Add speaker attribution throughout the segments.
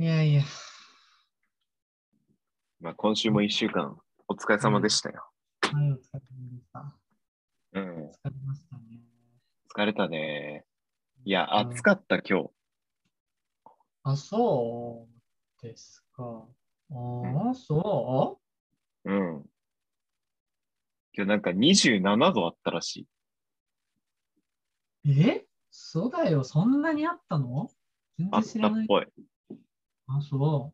Speaker 1: いやいや、
Speaker 2: まあ、今週も1週間お疲れ様でしたよ。
Speaker 1: はい、お疲れ様でした。
Speaker 2: うん、
Speaker 1: 疲れましたね。
Speaker 2: 疲れたね。いや、暑かった今日。
Speaker 1: あ、そうですか。あー、そ
Speaker 2: うん。今日なんか27度あったらしい。
Speaker 1: うえそうだよ、そんなにあったの全然
Speaker 2: あっ
Speaker 1: 知
Speaker 2: た
Speaker 1: ら
Speaker 2: っ
Speaker 1: ない。
Speaker 2: ぽい。
Speaker 1: あ、そ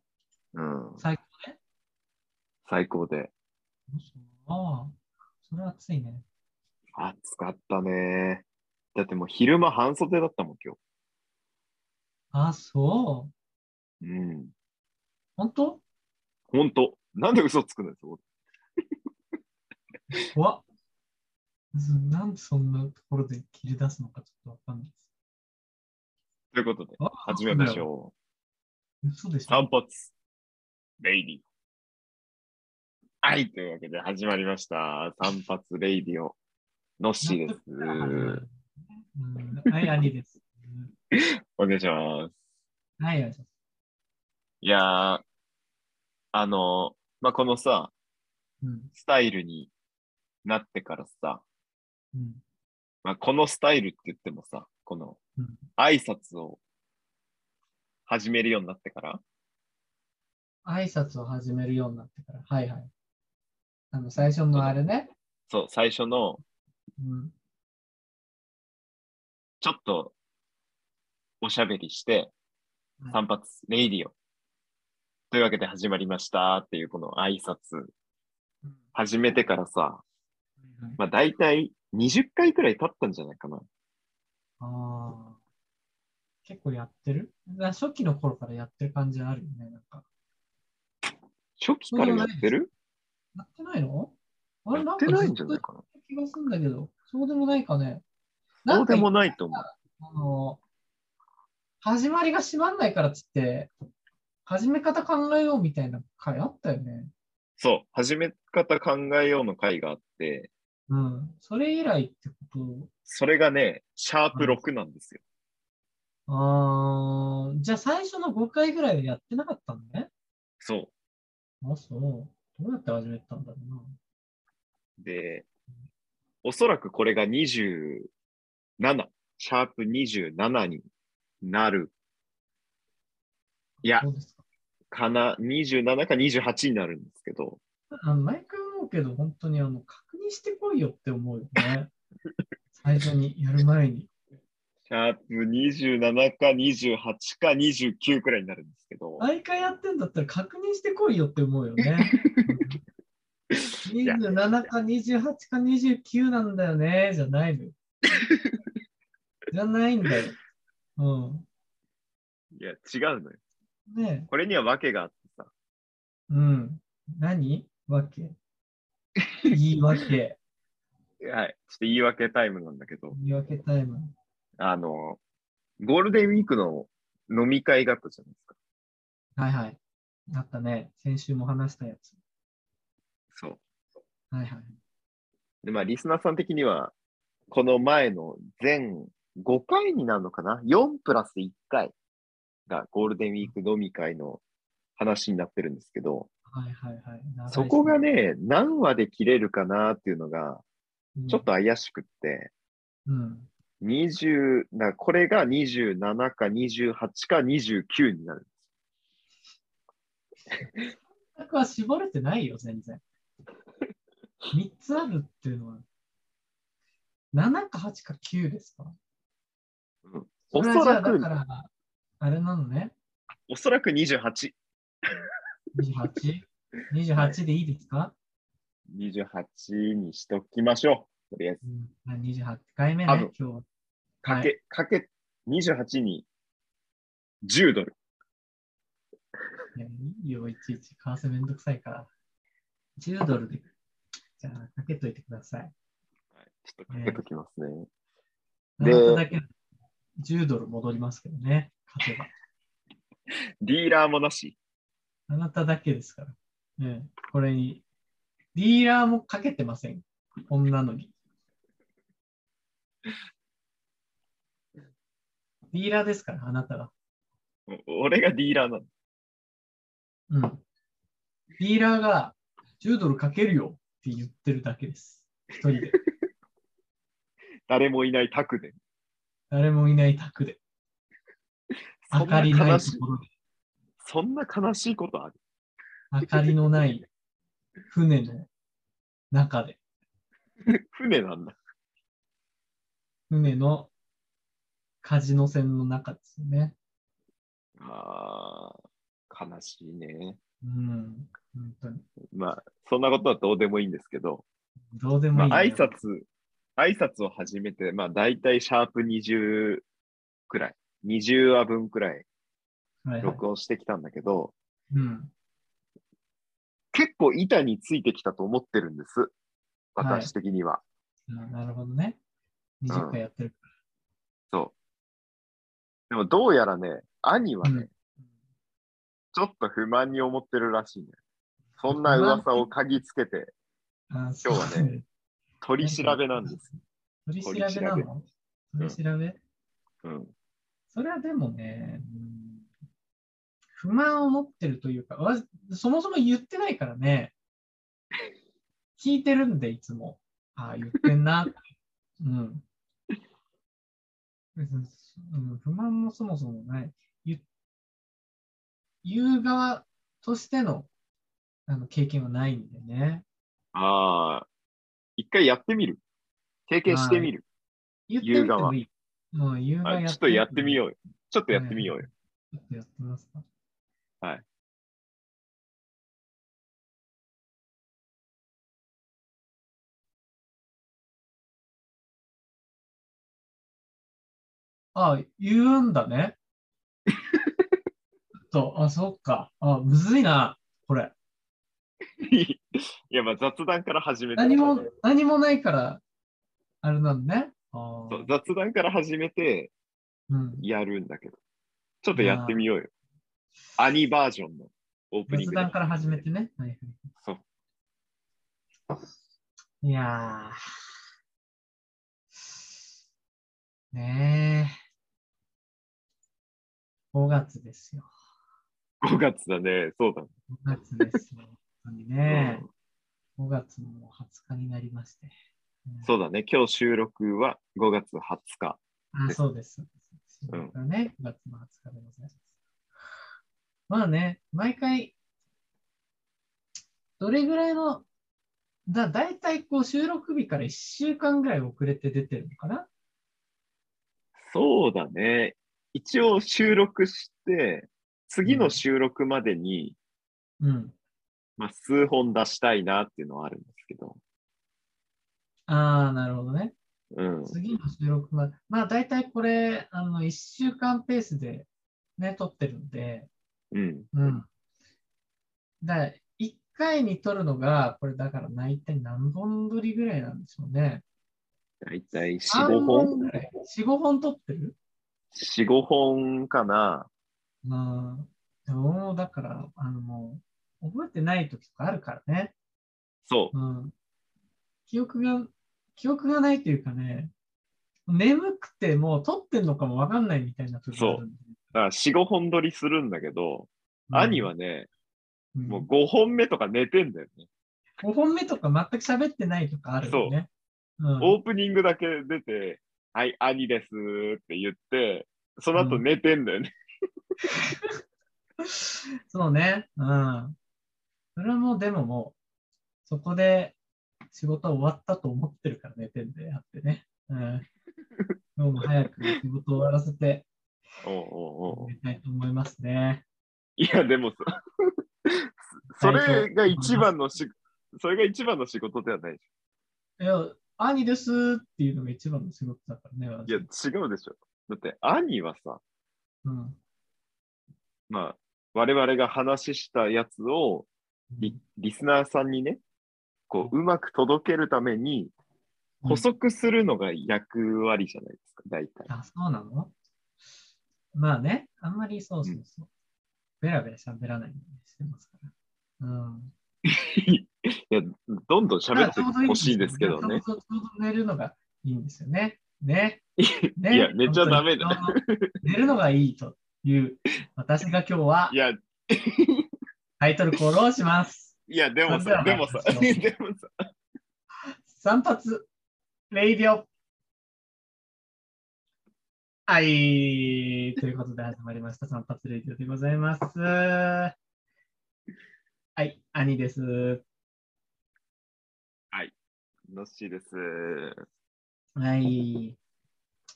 Speaker 2: うん
Speaker 1: う。。最高ね。
Speaker 2: 最高で。
Speaker 1: あそうあー、それは暑いね。
Speaker 2: 暑かったね。だってもう昼間半袖だったもん今
Speaker 1: あ、そう。
Speaker 2: 日。うん。
Speaker 1: 本当
Speaker 2: ほんと。なんで嘘つくのよ。そこ
Speaker 1: 怖っ。ずなんでそんなところで切り出すのかちょっとわかんないです。
Speaker 2: ということで、
Speaker 1: あ
Speaker 2: 始めましょ
Speaker 1: 嘘で
Speaker 2: う。
Speaker 1: しょ
Speaker 2: 散髪。レイディオ。はい。というわけで始まりました。散髪レイディオ。のっしーです。
Speaker 1: うんはい、兄です。
Speaker 2: お願いします。
Speaker 1: はい、お願いします
Speaker 2: いやー、あのまあ、このさ、
Speaker 1: うん。
Speaker 2: スタイルになってからさ、
Speaker 1: うん。
Speaker 2: まあ、このスタイルって言ってもさ、この
Speaker 1: うん
Speaker 2: 挨拶を始めるようになってから、
Speaker 1: 挨拶を始めるようになってから、はいはい。あの、最初のあれね、
Speaker 2: そう、最初の、
Speaker 1: うん、
Speaker 2: ちょっと、おしゃべりして
Speaker 1: は、い
Speaker 2: 散髪、レイディオ。というわけで始まりましたっていうこの挨拶、
Speaker 1: うん
Speaker 2: 始めてからさ、
Speaker 1: はいはい
Speaker 2: まあ、大体20回くらい経ったんじゃないかな。
Speaker 1: あー結構やってるな初期の頃からやってる感じあるよね、なんか。
Speaker 2: 初期からやってる
Speaker 1: やってないのあ
Speaker 2: や
Speaker 1: れ、な
Speaker 2: っ
Speaker 1: ん
Speaker 2: て
Speaker 1: か
Speaker 2: ない
Speaker 1: ず
Speaker 2: ん
Speaker 1: っ
Speaker 2: じゃ
Speaker 1: と
Speaker 2: な
Speaker 1: や
Speaker 2: い
Speaker 1: っ
Speaker 2: かな。
Speaker 1: た気がするんだけど、そうでもないかね。
Speaker 2: そ
Speaker 1: なん
Speaker 2: う
Speaker 1: か
Speaker 2: でもないと思
Speaker 1: あの、始まりが閉まんないからっつって、始め方考えようみたいな回あったよね。
Speaker 2: そう、始め方考えようの回があって、
Speaker 1: うん。それ以来ってこと
Speaker 2: それがね、シャープ
Speaker 1: うん
Speaker 2: 6なんですよ。
Speaker 1: あーじゃあ最初の5回ぐらいはやってなかったのね。
Speaker 2: そ
Speaker 1: あ、そう。どうやって始めたんだろうな。
Speaker 2: う。で、おそらくこれが27、シャープ27になる。いや
Speaker 1: そ、うですか。
Speaker 2: かな、27か28になるんですけど、
Speaker 1: あの毎回思うけど、本当にあの確認してこいよって思うよ ね。最初にやる前に。
Speaker 2: シャープ27か28か29くらいになるんですけど、
Speaker 1: 毎回やってんだったら確認してこいよって思うよ ね。
Speaker 2: や
Speaker 1: 27か28か29なんだよね、じゃない のよ。じゃないんだよ。う
Speaker 2: いや、違うのよ。
Speaker 1: ん。ねえ
Speaker 2: これには訳があってさ、
Speaker 1: うん。何わけ。言い訳。
Speaker 2: はい、ちょっと言い訳タイムなんだけど、
Speaker 1: 言い訳タイム。
Speaker 2: あの、ゴールデンウィークの飲み会があったじゃないですか。
Speaker 1: はいはい。あったね。先週も話したやつ。
Speaker 2: そう。
Speaker 1: はいはい。
Speaker 2: で、まあ、リスナーさん的には、この前の全5回になるのかな ?4 プラス1回がゴールデンウィーク飲み会の話になってるんですけど、
Speaker 1: はいはいはい。長い
Speaker 2: そこが、ね、何話で切れるかなっていうのが、
Speaker 1: うん
Speaker 2: ちょっと。怪しくって、
Speaker 1: うん。
Speaker 2: 20、なこれが27か28か29になる。
Speaker 1: 全くは絞れてないよ、全然。3つあるっていうのは。7か8か9ですか
Speaker 2: うん
Speaker 1: それはじゃあ
Speaker 2: おそらく
Speaker 1: だから、あれなのね。
Speaker 2: おそらく28。
Speaker 1: 28。28でいいですか、
Speaker 2: 28にしときましょう。とりあえず。
Speaker 1: うん、28回目
Speaker 2: 多
Speaker 1: ね
Speaker 2: 分、
Speaker 1: 今日は。
Speaker 2: か
Speaker 1: はい
Speaker 2: け、かけ、28に10ドル。
Speaker 1: いや、いいよ、いちいち、為替めんどくさいから。10ドルで、じゃあ、かけといてください。
Speaker 2: ちょっとかけときますね。
Speaker 1: あ
Speaker 2: で
Speaker 1: なただけ10ドル戻りますけどね、勝てば。
Speaker 2: ディーラーもなし。
Speaker 1: あなただけですから。うん、これに、ディーラーもかけてません。こんなのに。ディーラーですから、あなたが。
Speaker 2: お俺がディーラーなの。
Speaker 1: うん。ディーラーが10ドルかけるよって言ってるだけです。一人で。
Speaker 2: 誰もいないタクで。
Speaker 1: 誰もいない宅で。
Speaker 2: そ
Speaker 1: 明
Speaker 2: んな
Speaker 1: かりな
Speaker 2: 悲
Speaker 1: い
Speaker 2: しい
Speaker 1: と、ころで。
Speaker 2: そんな悲しいことある
Speaker 1: 明かりのない船の中で。
Speaker 2: 船なんだ。
Speaker 1: 船のカジノ船の中ですよね。
Speaker 2: ああ、悲しいね。
Speaker 1: うん。本当に。
Speaker 2: まあ、そんなことはどうでもいいんですけど、
Speaker 1: どうでも
Speaker 2: ま
Speaker 1: い
Speaker 2: あ、
Speaker 1: い、
Speaker 2: 挨拶、挨拶を始めて、まあ、大体シャープ20くらい、20話分くらい
Speaker 1: はいはい
Speaker 2: 録音してきたんだけど、
Speaker 1: うん。
Speaker 2: 結構板についてきたと思ってるんです。
Speaker 1: はい
Speaker 2: 私的には。
Speaker 1: うんなるほどね。20回やってる。
Speaker 2: でもどうやらね、兄はね、
Speaker 1: うん
Speaker 2: ちょっと不満に思ってるらしいね。そんな噂を嗅ぎつけて、
Speaker 1: 今
Speaker 2: 今日はね。取り調べなんです。
Speaker 1: 取り調べなの取
Speaker 2: 取り
Speaker 1: り
Speaker 2: 調
Speaker 1: 調べ、
Speaker 2: うん。
Speaker 1: それはでもね、うん不満を持ってるというか、わそもそも言ってないからね、 聞いてるんで、いつも。ああ、言ってん な。うん。別に、うん、不満もそもそもない。言言う側としてのあの経験はないんでね。
Speaker 2: ああ、一回やってみる。経験してみる。
Speaker 1: 言ってみてもいい。うん、言う側
Speaker 2: あちょっとやってみ
Speaker 1: う。
Speaker 2: ようよ。ちょっとやってみようよ。
Speaker 1: ちょっとやってみますか。あ、言うんだ ね。ちょっと、あ、そっか。あ、むずいな、これ。
Speaker 2: いや、まあ雑談から始めて。
Speaker 1: 何も、何もないから、あれなんね。あ
Speaker 2: そう
Speaker 1: ー
Speaker 2: 雑談から始めて
Speaker 1: うん、
Speaker 2: やるんだけど。ちょっとやってみようよ。兄バージョンのオープニ
Speaker 1: 雑
Speaker 2: ングで。
Speaker 1: 談から始めてね。はいはい、
Speaker 2: そう。
Speaker 1: いやー。ねえ。5月ですよ。
Speaker 2: 5月だね。そうだね。
Speaker 1: 5月ですよ。本当に ね。5月ももう20日になりまして。
Speaker 2: そうだね。今日収録は5月20日。
Speaker 1: あ、そうです。そうですね、5月の20日でございます。まあね、毎回、どれぐらいの、だだいたいこう収録日から1週間ぐらい遅れて出てるのかな
Speaker 2: そうだね。一応収録して、次の収録までに、
Speaker 1: うん。
Speaker 2: まあ、数本出したいなっていうのはあるんですけど。
Speaker 1: ああ、なるほどね。
Speaker 2: うん。
Speaker 1: 次の収録まで、まあだいたいこれ、あの、1週間ペースでね、撮ってるんで、
Speaker 2: うん。
Speaker 1: うん。だから、1回に取るのが、これだから大体何本撮りぐらいなんでしょうね。
Speaker 2: だいたい4、
Speaker 1: 3
Speaker 2: 5本
Speaker 1: ぐらい ?4、5本撮ってる
Speaker 2: ?4、5本かな。
Speaker 1: うん。でも、だから、あの、もう、覚えてない時とかあるからね。
Speaker 2: そ
Speaker 1: うん。記憶が、記憶がないというかね、眠くてもう撮ってんのかもわかんないみたいな時があるんで。
Speaker 2: う。だから4、5本撮りするんだけど、
Speaker 1: うん
Speaker 2: 兄、はね、
Speaker 1: うん
Speaker 2: もう5本目とか寝てんだよね。
Speaker 1: 5本目とか全く喋ってないとかあるよね。うん
Speaker 2: オープニングだけ出て、はい、兄ですって言って、その後寝てんだよね。
Speaker 1: そうね。うん。それはもうでももう、そこで仕事は終わったと思ってるから寝てんであってね。うん。今日も早く仕事を終わらせて
Speaker 2: おうおうおう
Speaker 1: 寝たいと思いますね。
Speaker 2: いや、で もさ、それが一番のし、それが一番の仕事ではないでし
Speaker 1: いや、兄ですっていうのが一番の仕事だからね。
Speaker 2: ょ
Speaker 1: 私
Speaker 2: いや、違うでしょ。だって、兄はさ、
Speaker 1: うん。
Speaker 2: まあ、我々が話したやつをリリスナーさんにね、こう、うまく届けるために、
Speaker 1: うん
Speaker 2: 補足するのが役割じゃないですか、大 体。
Speaker 1: あ、そうなのまあね、あんまりそうそうそう。ベラベラ喋らないようにしてますから。うん。
Speaker 2: いや、どんどん喋ってほしいんですけどね。
Speaker 1: ちょうどいいんですよねちょうどちょうど寝るのがいいんですよね。ね。ね
Speaker 2: いや寝ちゃダメだ。
Speaker 1: 本当にちょうど寝るのがいいという、私が今日はい
Speaker 2: や、
Speaker 1: タイトルコールをします。
Speaker 2: いや、でも
Speaker 1: それで
Speaker 2: さ、
Speaker 1: は
Speaker 2: でもさ、
Speaker 1: 参りましょ
Speaker 2: でもさ、
Speaker 1: 散髪、レイディオ。はい。ということで始まりました。散髪レイディオでございます。はい、兄です。
Speaker 2: のっしー です。
Speaker 1: はい。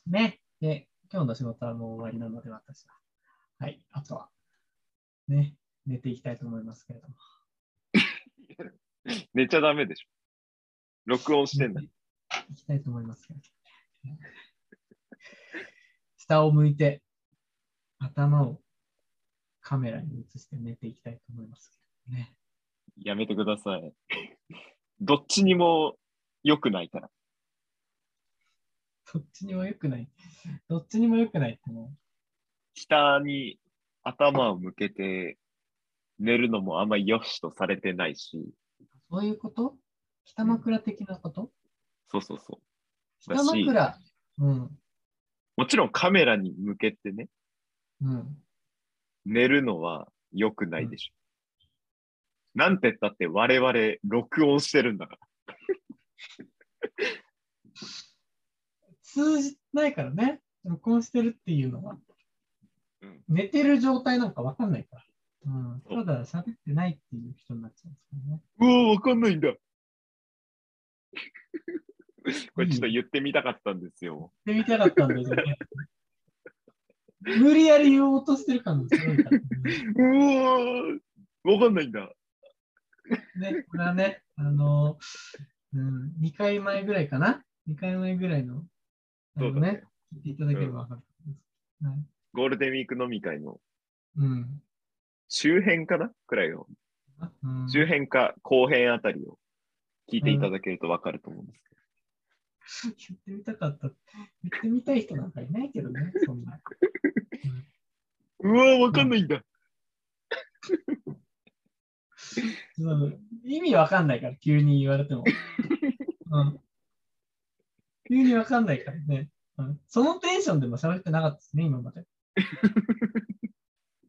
Speaker 1: ね。で、今日の仕事はもう終わりなので、私は。はい。あとは、ね、寝ていきたいと思いますけれども。
Speaker 2: 寝ちゃダメでしょ。録音してんだ。
Speaker 1: いきたいと思いますけど。下を向いて、頭をカメラに映して寝ていきたいと思いますけどね。
Speaker 2: やめてください。どっちにも良くないから。
Speaker 1: どっちにも良くない。どっちにも良くないっても
Speaker 2: 下に頭を向けて寝るのもあんま良しとされてないし、
Speaker 1: う、そういうこと北枕的なこと
Speaker 2: そうそうそう。
Speaker 1: 北枕。うん。
Speaker 2: もちろんカメラに向けてね、
Speaker 1: うん。
Speaker 2: 寝るのは良くないでしょ。なんてったって我々録音してるんだから。
Speaker 1: 通じないからね。録音してるっていうのは。
Speaker 2: うん
Speaker 1: 寝てる状態なんか分かんないから。うん、
Speaker 2: そう
Speaker 1: ただ喋ってないっていう人になっちゃうんですからね。
Speaker 2: うおー、わかんない んだ。これちょっと言ってみたかったんですよ。
Speaker 1: ってみたかったんですよね。 無理やり言おうとしてる感がすごいからね。
Speaker 2: うおー、わかんないんだ。
Speaker 1: ね、これはね、あの、うん、2回前ぐらいかな ?2 回前ぐらいの、あ
Speaker 2: そう
Speaker 1: の
Speaker 2: だね
Speaker 1: ね、。聞いていただければ分かると思います。はい
Speaker 2: ゴールデンウィーク飲み会の
Speaker 1: うん
Speaker 2: 周辺かなくらいを、
Speaker 1: あうん。
Speaker 2: 周辺か後編あたりを聞いていただけるとわかると思うんですけ
Speaker 1: 言ってみたかった。言ってみたい人なんかいないけどね、そんな。
Speaker 2: ど。うわー、わかんないんだ。
Speaker 1: うん意味わかんないから、急に言われても。うん、急にわかんないからね、うん。そのテンションでも喋ってなかったですね、今まで。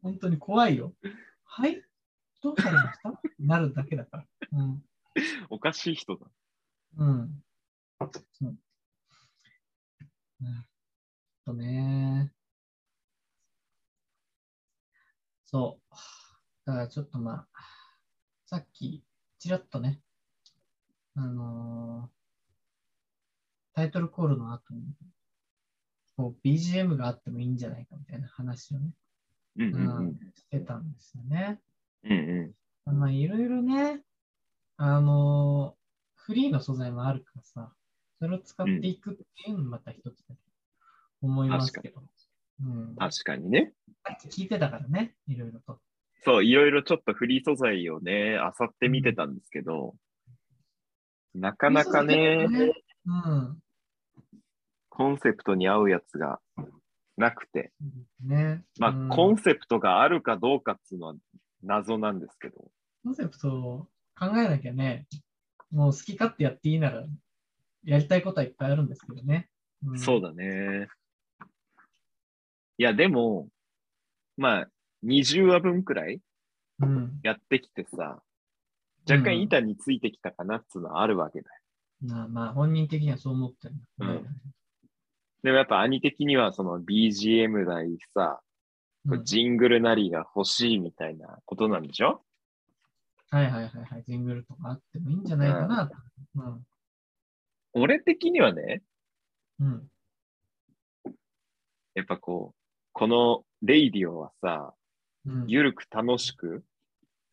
Speaker 1: 本当に怖いよ。はいどうされましたなるだけだから。うん。
Speaker 2: おかしい人だ。
Speaker 1: うん。そううんちょっとね。そう。だからちょっとまあ、さっき、ちらっとね、あのータイトルコールの後に、こう BGM があってもいいんじゃないかみたいな話をね、
Speaker 2: うんうん
Speaker 1: うんしてたんですよね。
Speaker 2: うん。うんうん。
Speaker 1: まあ、いろいろね、あのーフリーの素材もあるからさ、それを使っていくっていうのもまた一つだと思いますけど。うん、さ
Speaker 2: 確かにね。
Speaker 1: っき聞いてたからね、いろいろと。
Speaker 2: そう、いろいろちょっとフリー素材をね、あさって見てたんですけど、なかなかね、
Speaker 1: うん。
Speaker 2: コンセプトに合うやつがなくて、
Speaker 1: ね。
Speaker 2: まあ、
Speaker 1: うん
Speaker 2: コンセプトがあるかどうかっていうのは謎なんですけど、
Speaker 1: コンセプトを考えなきゃね、もう好き勝手やっていいなら、やりたいことはいっぱいあるんですけどね。うん、
Speaker 2: そうだね。いや、でも、まあ、20話分くらい
Speaker 1: うん。
Speaker 2: やってきてさ、若干板についてきたかなっつうのはあるわけだよ。
Speaker 1: まあまあ、本人的にはそう思ってるんだけどね、
Speaker 2: でもやっぱ兄的にはその BGM なりさ、
Speaker 1: うん
Speaker 2: ジングルなりが欲しいみたいなことなんでしょ
Speaker 1: はいはいはいはい。ジングルとかあってもいいんじゃないかなと。うん
Speaker 2: 俺的にはね、
Speaker 1: うん。
Speaker 2: やっぱこう、このレイディオはさ、
Speaker 1: うん。
Speaker 2: ゆるく楽しく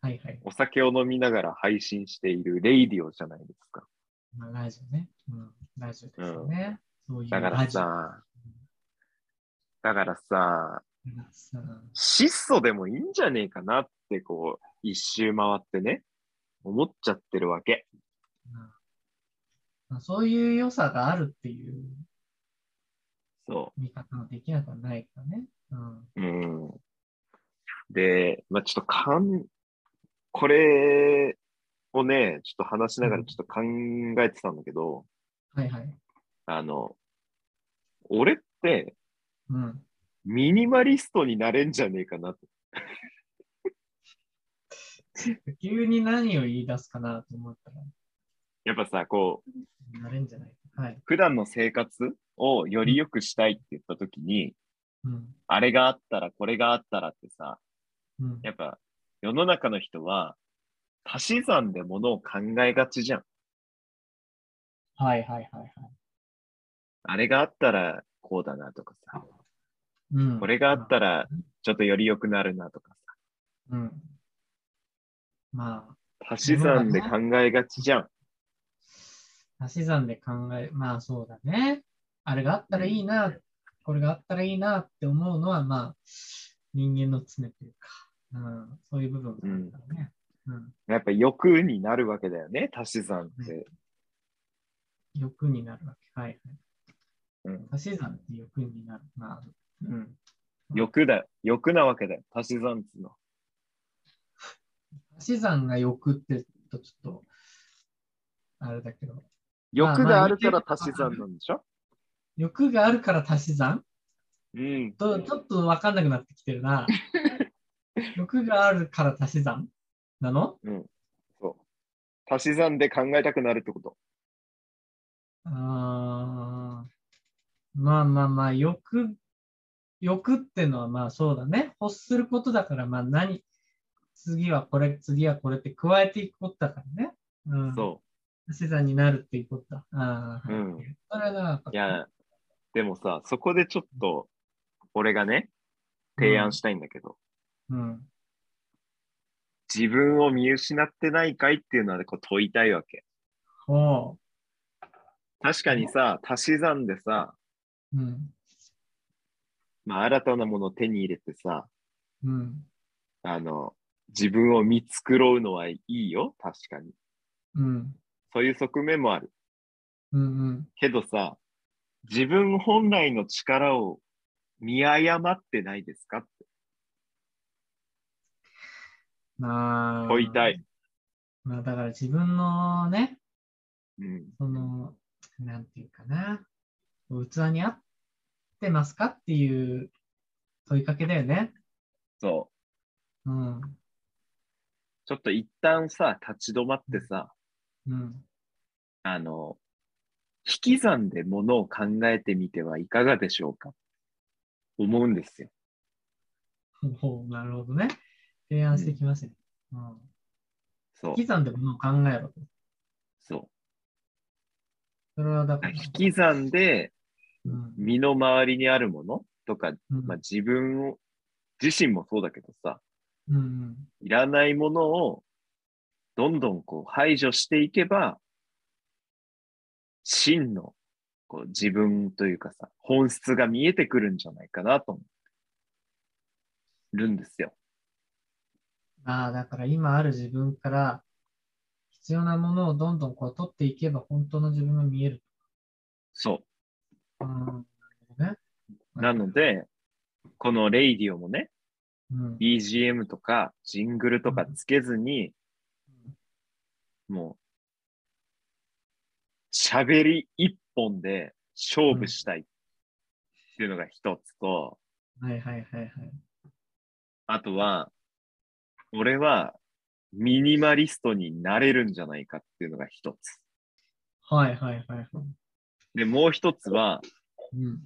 Speaker 1: はいはい。
Speaker 2: お酒を飲みながら配信しているレイディオじゃないですか。
Speaker 1: まあ、ラジオね。うん。ラジオですよね。そういう
Speaker 2: だか
Speaker 1: ラ
Speaker 2: ら
Speaker 1: ジオ
Speaker 2: さ、だからさ、
Speaker 1: だからさ
Speaker 2: 質素でもいいんじゃねえかなってこう、一周回ってね、思っちゃってるわけ。
Speaker 1: まあそういう良さがあるっていう
Speaker 2: そ
Speaker 1: 見方もできなくはないからね。うん。
Speaker 2: う。うん。で、まあ、ちょっとかん、これをね、ちょっと話しながらちょっと考えてたんだけど、
Speaker 1: はいはい。
Speaker 2: あの、俺って
Speaker 1: うん。
Speaker 2: ミニマリストになれんじゃねえかなと。
Speaker 1: 急に何を言い出すかなと思った
Speaker 2: やっぱさ、こう、
Speaker 1: ら、なれんじゃないはい。
Speaker 2: 普段の生活をより良くしたいって言った時に、
Speaker 1: うん。
Speaker 2: あれがあったら、これがあったらってさ、
Speaker 1: うん。
Speaker 2: やっぱ世の中の人は、足し算でものを考えがちじゃん。
Speaker 1: はいはいはいはい。
Speaker 2: あれがあったらこうだなとかさ、
Speaker 1: うん。
Speaker 2: これがあったらちょっとより良くなるなとか
Speaker 1: うん。ま
Speaker 2: さ、足し算で考えがちじゃん。
Speaker 1: あ、足し算で考え、まあそうだね。あれがあったらいいな、これがあったらいいなって思うのは、まあ、人間の常というか、うん、そういう部分があるからね。うん。
Speaker 2: やっぱ欲になるわけだよね、足し算って。
Speaker 1: 欲になるわけ。はい。
Speaker 2: うん、
Speaker 1: 足し算って欲になる。まあ、うん。
Speaker 2: 欲だ、欲なわけだよ、足し算っつうの。
Speaker 1: 足し算が欲って言うとちょっと、あれだけど、
Speaker 2: 欲があるから足し算なんでしょ、
Speaker 1: 欲があるから足し算
Speaker 2: うん。
Speaker 1: とちょっと分かんなくなってきてるな。 欲があるから足し算なの
Speaker 2: そう。足し算で考えたくなるってこと。
Speaker 1: あーまあまあまあ、欲、欲ってのはまあそうだね。欲することだから、まあ何、次はこれ、次はこれって加えていくことだからね。うん、
Speaker 2: そ
Speaker 1: 足し算になるっていうことだ。ああ、
Speaker 2: う。うん。
Speaker 1: それが、
Speaker 2: いや、でもさ、そこでちょっと、俺がね、提案したいんだけど、
Speaker 1: うん。
Speaker 2: 自分を見失ってないかいっていうのはこう問いたいわけ。
Speaker 1: ほ
Speaker 2: 確かにさ、足し算でさ、
Speaker 1: う。うん。
Speaker 2: まあ、新たなものを手に入れてさ、
Speaker 1: うん。
Speaker 2: あの、自分を見繕うのはいいよ、確かに。
Speaker 1: うん。
Speaker 2: そういう側面もある。
Speaker 1: うん。うん。
Speaker 2: けどさ、自分本来の力を見誤ってないですかって
Speaker 1: まあ、
Speaker 2: 問いたい。。
Speaker 1: まあだから自分のね、
Speaker 2: うん。
Speaker 1: その、なんていうかな、器に合ってますかっていう問いかけだよね。
Speaker 2: そう。
Speaker 1: うん。
Speaker 2: ちょっと一旦さ、立ち止まってさ、
Speaker 1: うん。
Speaker 2: あの、引き算でものを考えてみてはいかがでしょうか思うんですよ。
Speaker 1: ほうなるほどね。提案してきますね。うん。
Speaker 2: そう
Speaker 1: 引き。算でものを考えろと。
Speaker 2: そ
Speaker 1: それはだか
Speaker 2: う。
Speaker 1: ら、
Speaker 2: 引き算で
Speaker 1: うん。
Speaker 2: 身の回りにあるものとか、
Speaker 1: うん。
Speaker 2: まあ、自分を、自身もそうだけどさ、
Speaker 1: うんうん。
Speaker 2: いらないものをどんどんこう排除していけば、真のこう自分というかさ、本質が見えてくるんじゃないかなと思るんですよ。
Speaker 1: まあだから今ある自分から必要なものをどんどんこう取っていけば本当の自分が見える。
Speaker 2: そ
Speaker 1: う
Speaker 2: う。
Speaker 1: ん。なるほどね。
Speaker 2: なので、このレイディオもね、
Speaker 1: うん。
Speaker 2: BGM とかジングルとかつけずに、もう、喋り一本で勝負したいっていうのが一つと、
Speaker 1: はいはいはいはい。
Speaker 2: あとは、俺はミニマリストになれるんじゃないかっていうのが一つ。
Speaker 1: はいはいはいはい。
Speaker 2: で、もう一つは、
Speaker 1: うん。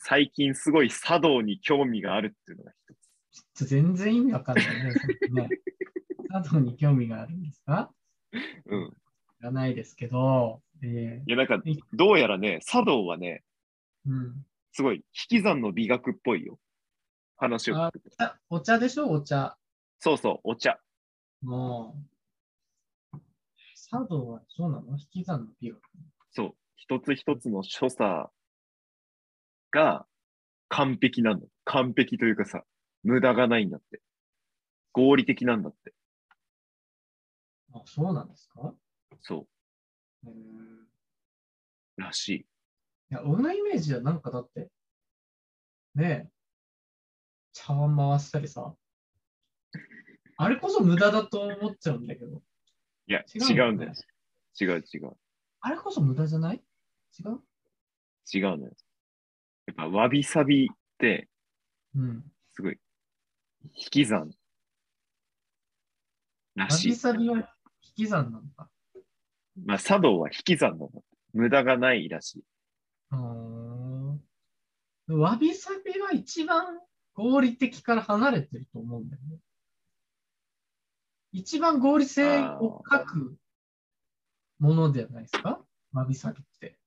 Speaker 2: 最近すごい茶道に興味があるっていうのが一つ。
Speaker 1: ちょ全然意味わかんない ね。それね茶道に興味があるんですか
Speaker 2: うん。
Speaker 1: 知らないですけど、え
Speaker 2: いや、なんか
Speaker 1: い、
Speaker 2: どうやらね、茶道はね、
Speaker 1: ーうん、
Speaker 2: すごい、引き算の美学っぽいよ。話を聞くと。
Speaker 1: あお茶でしょ、お茶。
Speaker 2: そうそう、お茶。
Speaker 1: もう。茶道はそうなの引き算の美学。
Speaker 2: そう。一つ一つの所作が完璧なんだ。完璧というかさ、無駄がないんだって。合理的なんだって。
Speaker 1: あそうなんですか
Speaker 2: そ。
Speaker 1: えーいう
Speaker 2: らしい。
Speaker 1: や、俺のイメージはなんかだって、ねえ、茶碗回したりさ、あれこそ無駄だと思っちゃうんだけど、
Speaker 2: いや、
Speaker 1: 違う
Speaker 2: 違
Speaker 1: の
Speaker 2: うんだよ。違う違う。
Speaker 1: あれこそ無駄じゃない違う
Speaker 2: 違うのよ。やっぱ、わびさびって、
Speaker 1: うん。
Speaker 2: すごい、引き算ら
Speaker 1: わ
Speaker 2: し
Speaker 1: び
Speaker 2: い。
Speaker 1: さびは引き算なのか。
Speaker 2: まあ、茶道は引き算なの。無駄がないらしい。
Speaker 1: うーん。わびさびは一番合理的から離れてると思うんだよね。一番合理性を書くものではないですかわびさびって。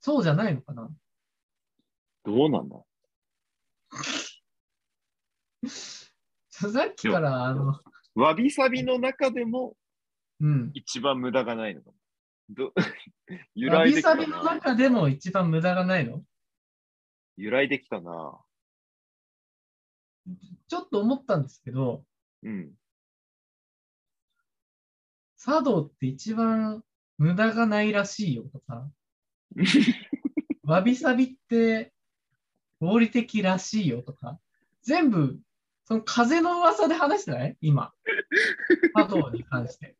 Speaker 1: そうじゃないのかな
Speaker 2: どうなんだ
Speaker 1: さっきから、あの、
Speaker 2: わびさびの中でも
Speaker 1: うん。
Speaker 2: 一番無駄がないのかも。ど 由
Speaker 1: わ
Speaker 2: 来
Speaker 1: び
Speaker 2: でき
Speaker 1: さ
Speaker 2: た
Speaker 1: びの
Speaker 2: な。
Speaker 1: 中でも一番無駄がないの
Speaker 2: 由来できたな。
Speaker 1: ちょっと思ったんですけど、
Speaker 2: うん。
Speaker 1: 茶道って一番無駄がないらしいよとか、わびさびって合理的らしいよとか、全部、その風の噂で話してない今。茶道に関して。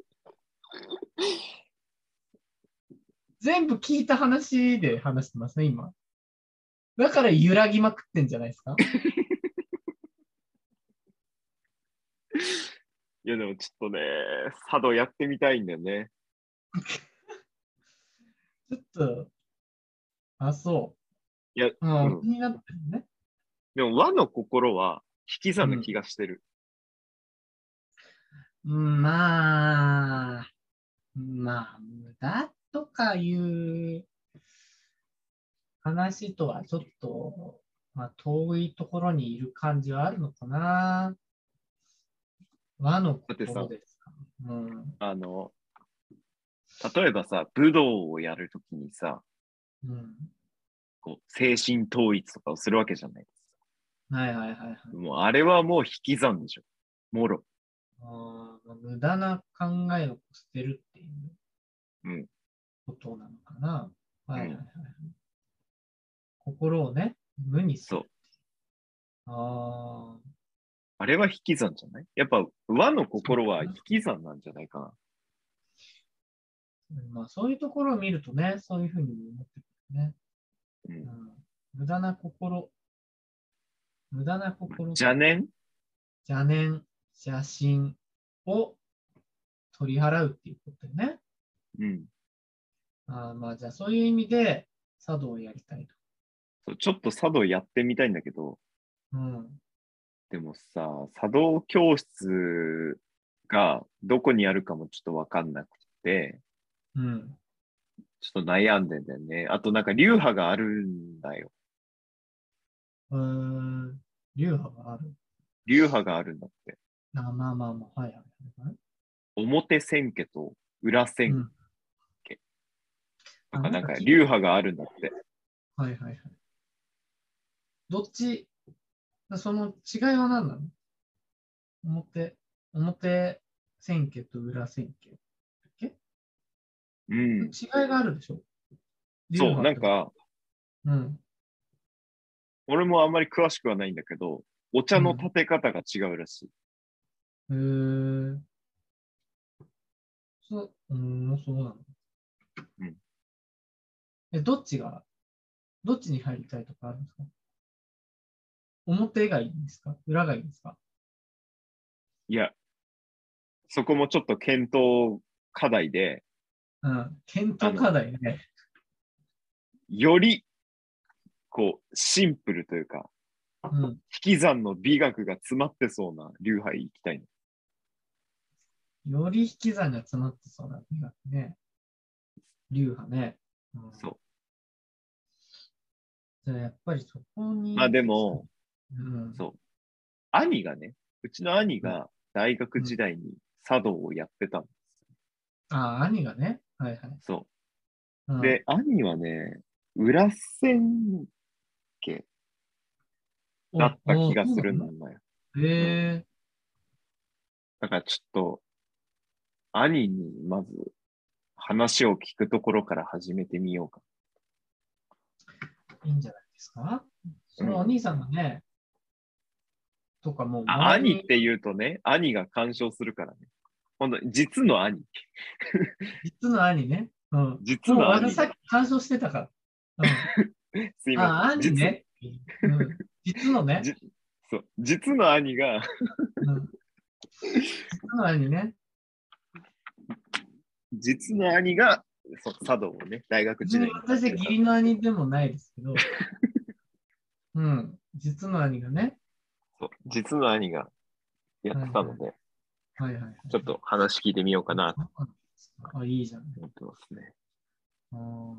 Speaker 1: 全部聞いた話で話してますね、今。だから揺らぎまくってんじゃないですか
Speaker 2: いやでもちょっとね、茶道やってみたいんだよね。
Speaker 1: ちょっと、あ、そう。
Speaker 2: いや
Speaker 1: うん
Speaker 2: うん
Speaker 1: 気になってるね。
Speaker 2: でも和の心は引き算な気がしてる。
Speaker 1: うんまあ、まあ、無駄とかいう話とはちょっと、まあ、遠いところにいる感じはあるのかな。和の
Speaker 2: だってさ
Speaker 1: 心ですか。うん。
Speaker 2: あの、例えばさ、武道をやるときにさ、
Speaker 1: うん。
Speaker 2: こう精神統一とかをするわけじゃないです
Speaker 1: はいはいはいはい。
Speaker 2: か。もうあれはもう引き算でしょ。もろ。
Speaker 1: あーまあ無駄な考えを捨てるっていう
Speaker 2: うん
Speaker 1: ことなのかな。はいはいはいは
Speaker 2: う
Speaker 1: い。心をね、無にす
Speaker 2: そう
Speaker 1: る。。ああ。
Speaker 2: あれは引き算じゃないやっぱ和の心は引き算なんじゃないかな。
Speaker 1: まあ、そういうところを見るとね、そういうふうに思ってくるね。
Speaker 2: うん
Speaker 1: うん無駄な心。無駄な心。
Speaker 2: 邪念
Speaker 1: 邪念、邪心を取り払うっていうことだよね。
Speaker 2: うん。
Speaker 1: あーまあ、じゃあそういう意味で茶道をやりたいと。
Speaker 2: そうちょっと茶道やってみたいんだけど、
Speaker 1: うん。
Speaker 2: でもさ、茶道教室がどこにあるかもちょっとわかんなくて、
Speaker 1: うん。
Speaker 2: ちょっと悩んでんだよね。あとなんか流派があるんだよ。
Speaker 1: うーん。流派がある。
Speaker 2: 流派があるんだって。
Speaker 1: あまあまあまあ、はいはいはいはい。
Speaker 2: 表千家と裏千
Speaker 1: うん
Speaker 2: 家
Speaker 1: あ
Speaker 2: とか、な
Speaker 1: なんんか
Speaker 2: か
Speaker 1: 聞いた
Speaker 2: 流派があるんだって。
Speaker 1: はいはいはい。どっち、その違いは何なの表、表千家と裏千家。
Speaker 2: うん。
Speaker 1: 違いがあるでしょ
Speaker 2: そう、なん。か、
Speaker 1: 流派って
Speaker 2: 俺もあんまり詳しくはないんだけど、お茶の立て方が違うらしい。
Speaker 1: うん。へえ。そう、うん、そうなの。
Speaker 2: うん。
Speaker 1: え、どっちが、どっちに入りたいとかあるんですか表がいいんですか裏がいいんですか
Speaker 2: いや、そこもちょっと検討課題で、
Speaker 1: うん。検討課題ね。
Speaker 2: より、こう、シンプルというか、
Speaker 1: うん。
Speaker 2: 引き算の美学が詰まってそうな流派行きたいの。
Speaker 1: より引き算が詰まってそうな気がね。流派ね。うん、
Speaker 2: そう。
Speaker 1: じゃあやっぱりそこに。
Speaker 2: まあでも、
Speaker 1: うん、
Speaker 2: そう。兄がね、うちの兄が大学時代に茶道をやってたの。
Speaker 1: ああ、兄がね。はいはい。
Speaker 2: そうう。
Speaker 1: ん、
Speaker 2: で、兄はね、裏千家
Speaker 1: お、
Speaker 2: だった気がするんだ
Speaker 1: の
Speaker 2: よ。
Speaker 1: へえ
Speaker 2: だからちょっと、兄にまず話を聞くところから始めてみようか。
Speaker 1: いいんじゃないですか。そのお兄さんがね、とかもう
Speaker 2: あ
Speaker 1: 周りに
Speaker 2: 兄って言うとね、兄が干渉するからね。本当に実の兄。
Speaker 1: 実の兄ね。うん。
Speaker 2: 実
Speaker 1: もう
Speaker 2: の
Speaker 1: 俺
Speaker 2: 兄。
Speaker 1: さっき干渉してたから。
Speaker 2: す
Speaker 1: う
Speaker 2: い
Speaker 1: ん、ああ、
Speaker 2: ません。
Speaker 1: 兄ね。うん、実のね。
Speaker 2: 実そう実の兄が
Speaker 1: うん実の兄ね。
Speaker 2: 実の兄が、そう茶道をね、大学時代に
Speaker 1: 私は義理の兄でもないですけど、うん、実の兄がね。
Speaker 2: そう実の兄がやってたので、
Speaker 1: はいはい、はい。
Speaker 2: ちょっと話聞いてみようかなと
Speaker 1: あ、いいじゃん。
Speaker 2: 思ってますね。
Speaker 1: あー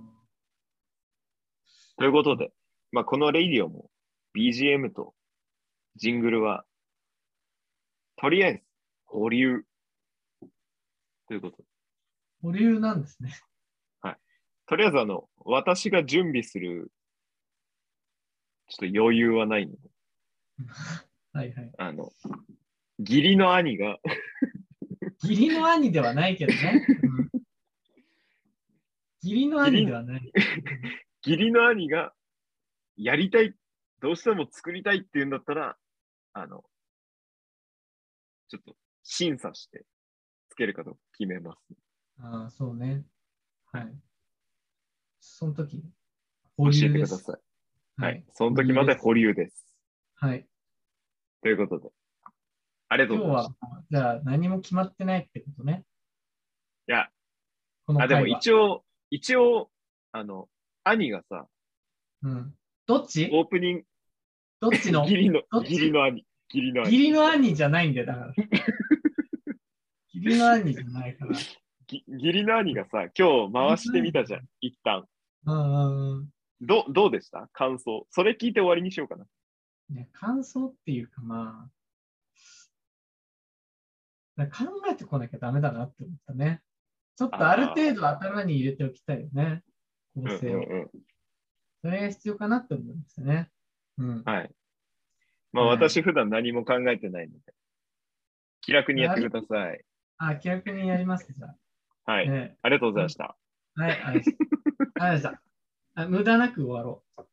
Speaker 2: ということで、まあ、このレイディオも BGM とジングルは、とりあえず保留ということで。
Speaker 1: 保留なんですね。
Speaker 2: とりあえずあの、私が準備する、ちょっと余裕はないので、
Speaker 1: はいはい。
Speaker 2: あの、義理の兄が、
Speaker 1: 義理の兄ではないけど ね。うん義理の兄ではない。
Speaker 2: 義理の兄がやりたい、どうしても作りたいって言うんだったら、あの、ちょっと審査してつけるかどうか決めます。
Speaker 1: ああ、そうね。はい。その時、
Speaker 2: 教
Speaker 1: 保
Speaker 2: え
Speaker 1: 留
Speaker 2: て
Speaker 1: で
Speaker 2: くだ
Speaker 1: す。
Speaker 2: さい。はい。その時まで保留です。
Speaker 1: はい。
Speaker 2: ということで。ありがと
Speaker 1: 今日
Speaker 2: うございます
Speaker 1: は。、じゃあ何も決まってないってことね。
Speaker 2: いや、
Speaker 1: この
Speaker 2: あ、でも
Speaker 1: 回は
Speaker 2: 一応、一応、あの、兄がさ、
Speaker 1: うん。どっち
Speaker 2: オープニング、
Speaker 1: どっちの
Speaker 2: 義理の
Speaker 1: どっ、ち
Speaker 2: 義理の兄、義理の
Speaker 1: 義
Speaker 2: 兄、
Speaker 1: 理の兄じゃないんだよ、だ から。義理の兄じゃないから。
Speaker 2: ぎ義理の兄がさ、今日回してみたじゃん、一旦。
Speaker 1: うんうんうん。
Speaker 2: どう、どうでした感想。それ聞いて終わりにしようかな。
Speaker 1: いや感想っていうかまあ、だから考えてこなきゃダメだなって思ったね。ちょっとある程度頭に入れておきたいよね。構
Speaker 2: うん
Speaker 1: 成
Speaker 2: う
Speaker 1: を。
Speaker 2: んうん。
Speaker 1: それが必要かなって思いましたね。うん。
Speaker 2: はい。まあ
Speaker 1: はい
Speaker 2: 私普段何も考えてないので、気楽にやってください。
Speaker 1: あ、気楽にやります、じゃ
Speaker 2: は
Speaker 1: あ。
Speaker 2: い。
Speaker 1: ね
Speaker 2: ありがとうございました。
Speaker 1: はい、ありがとうございました。あ無駄なく終わろう。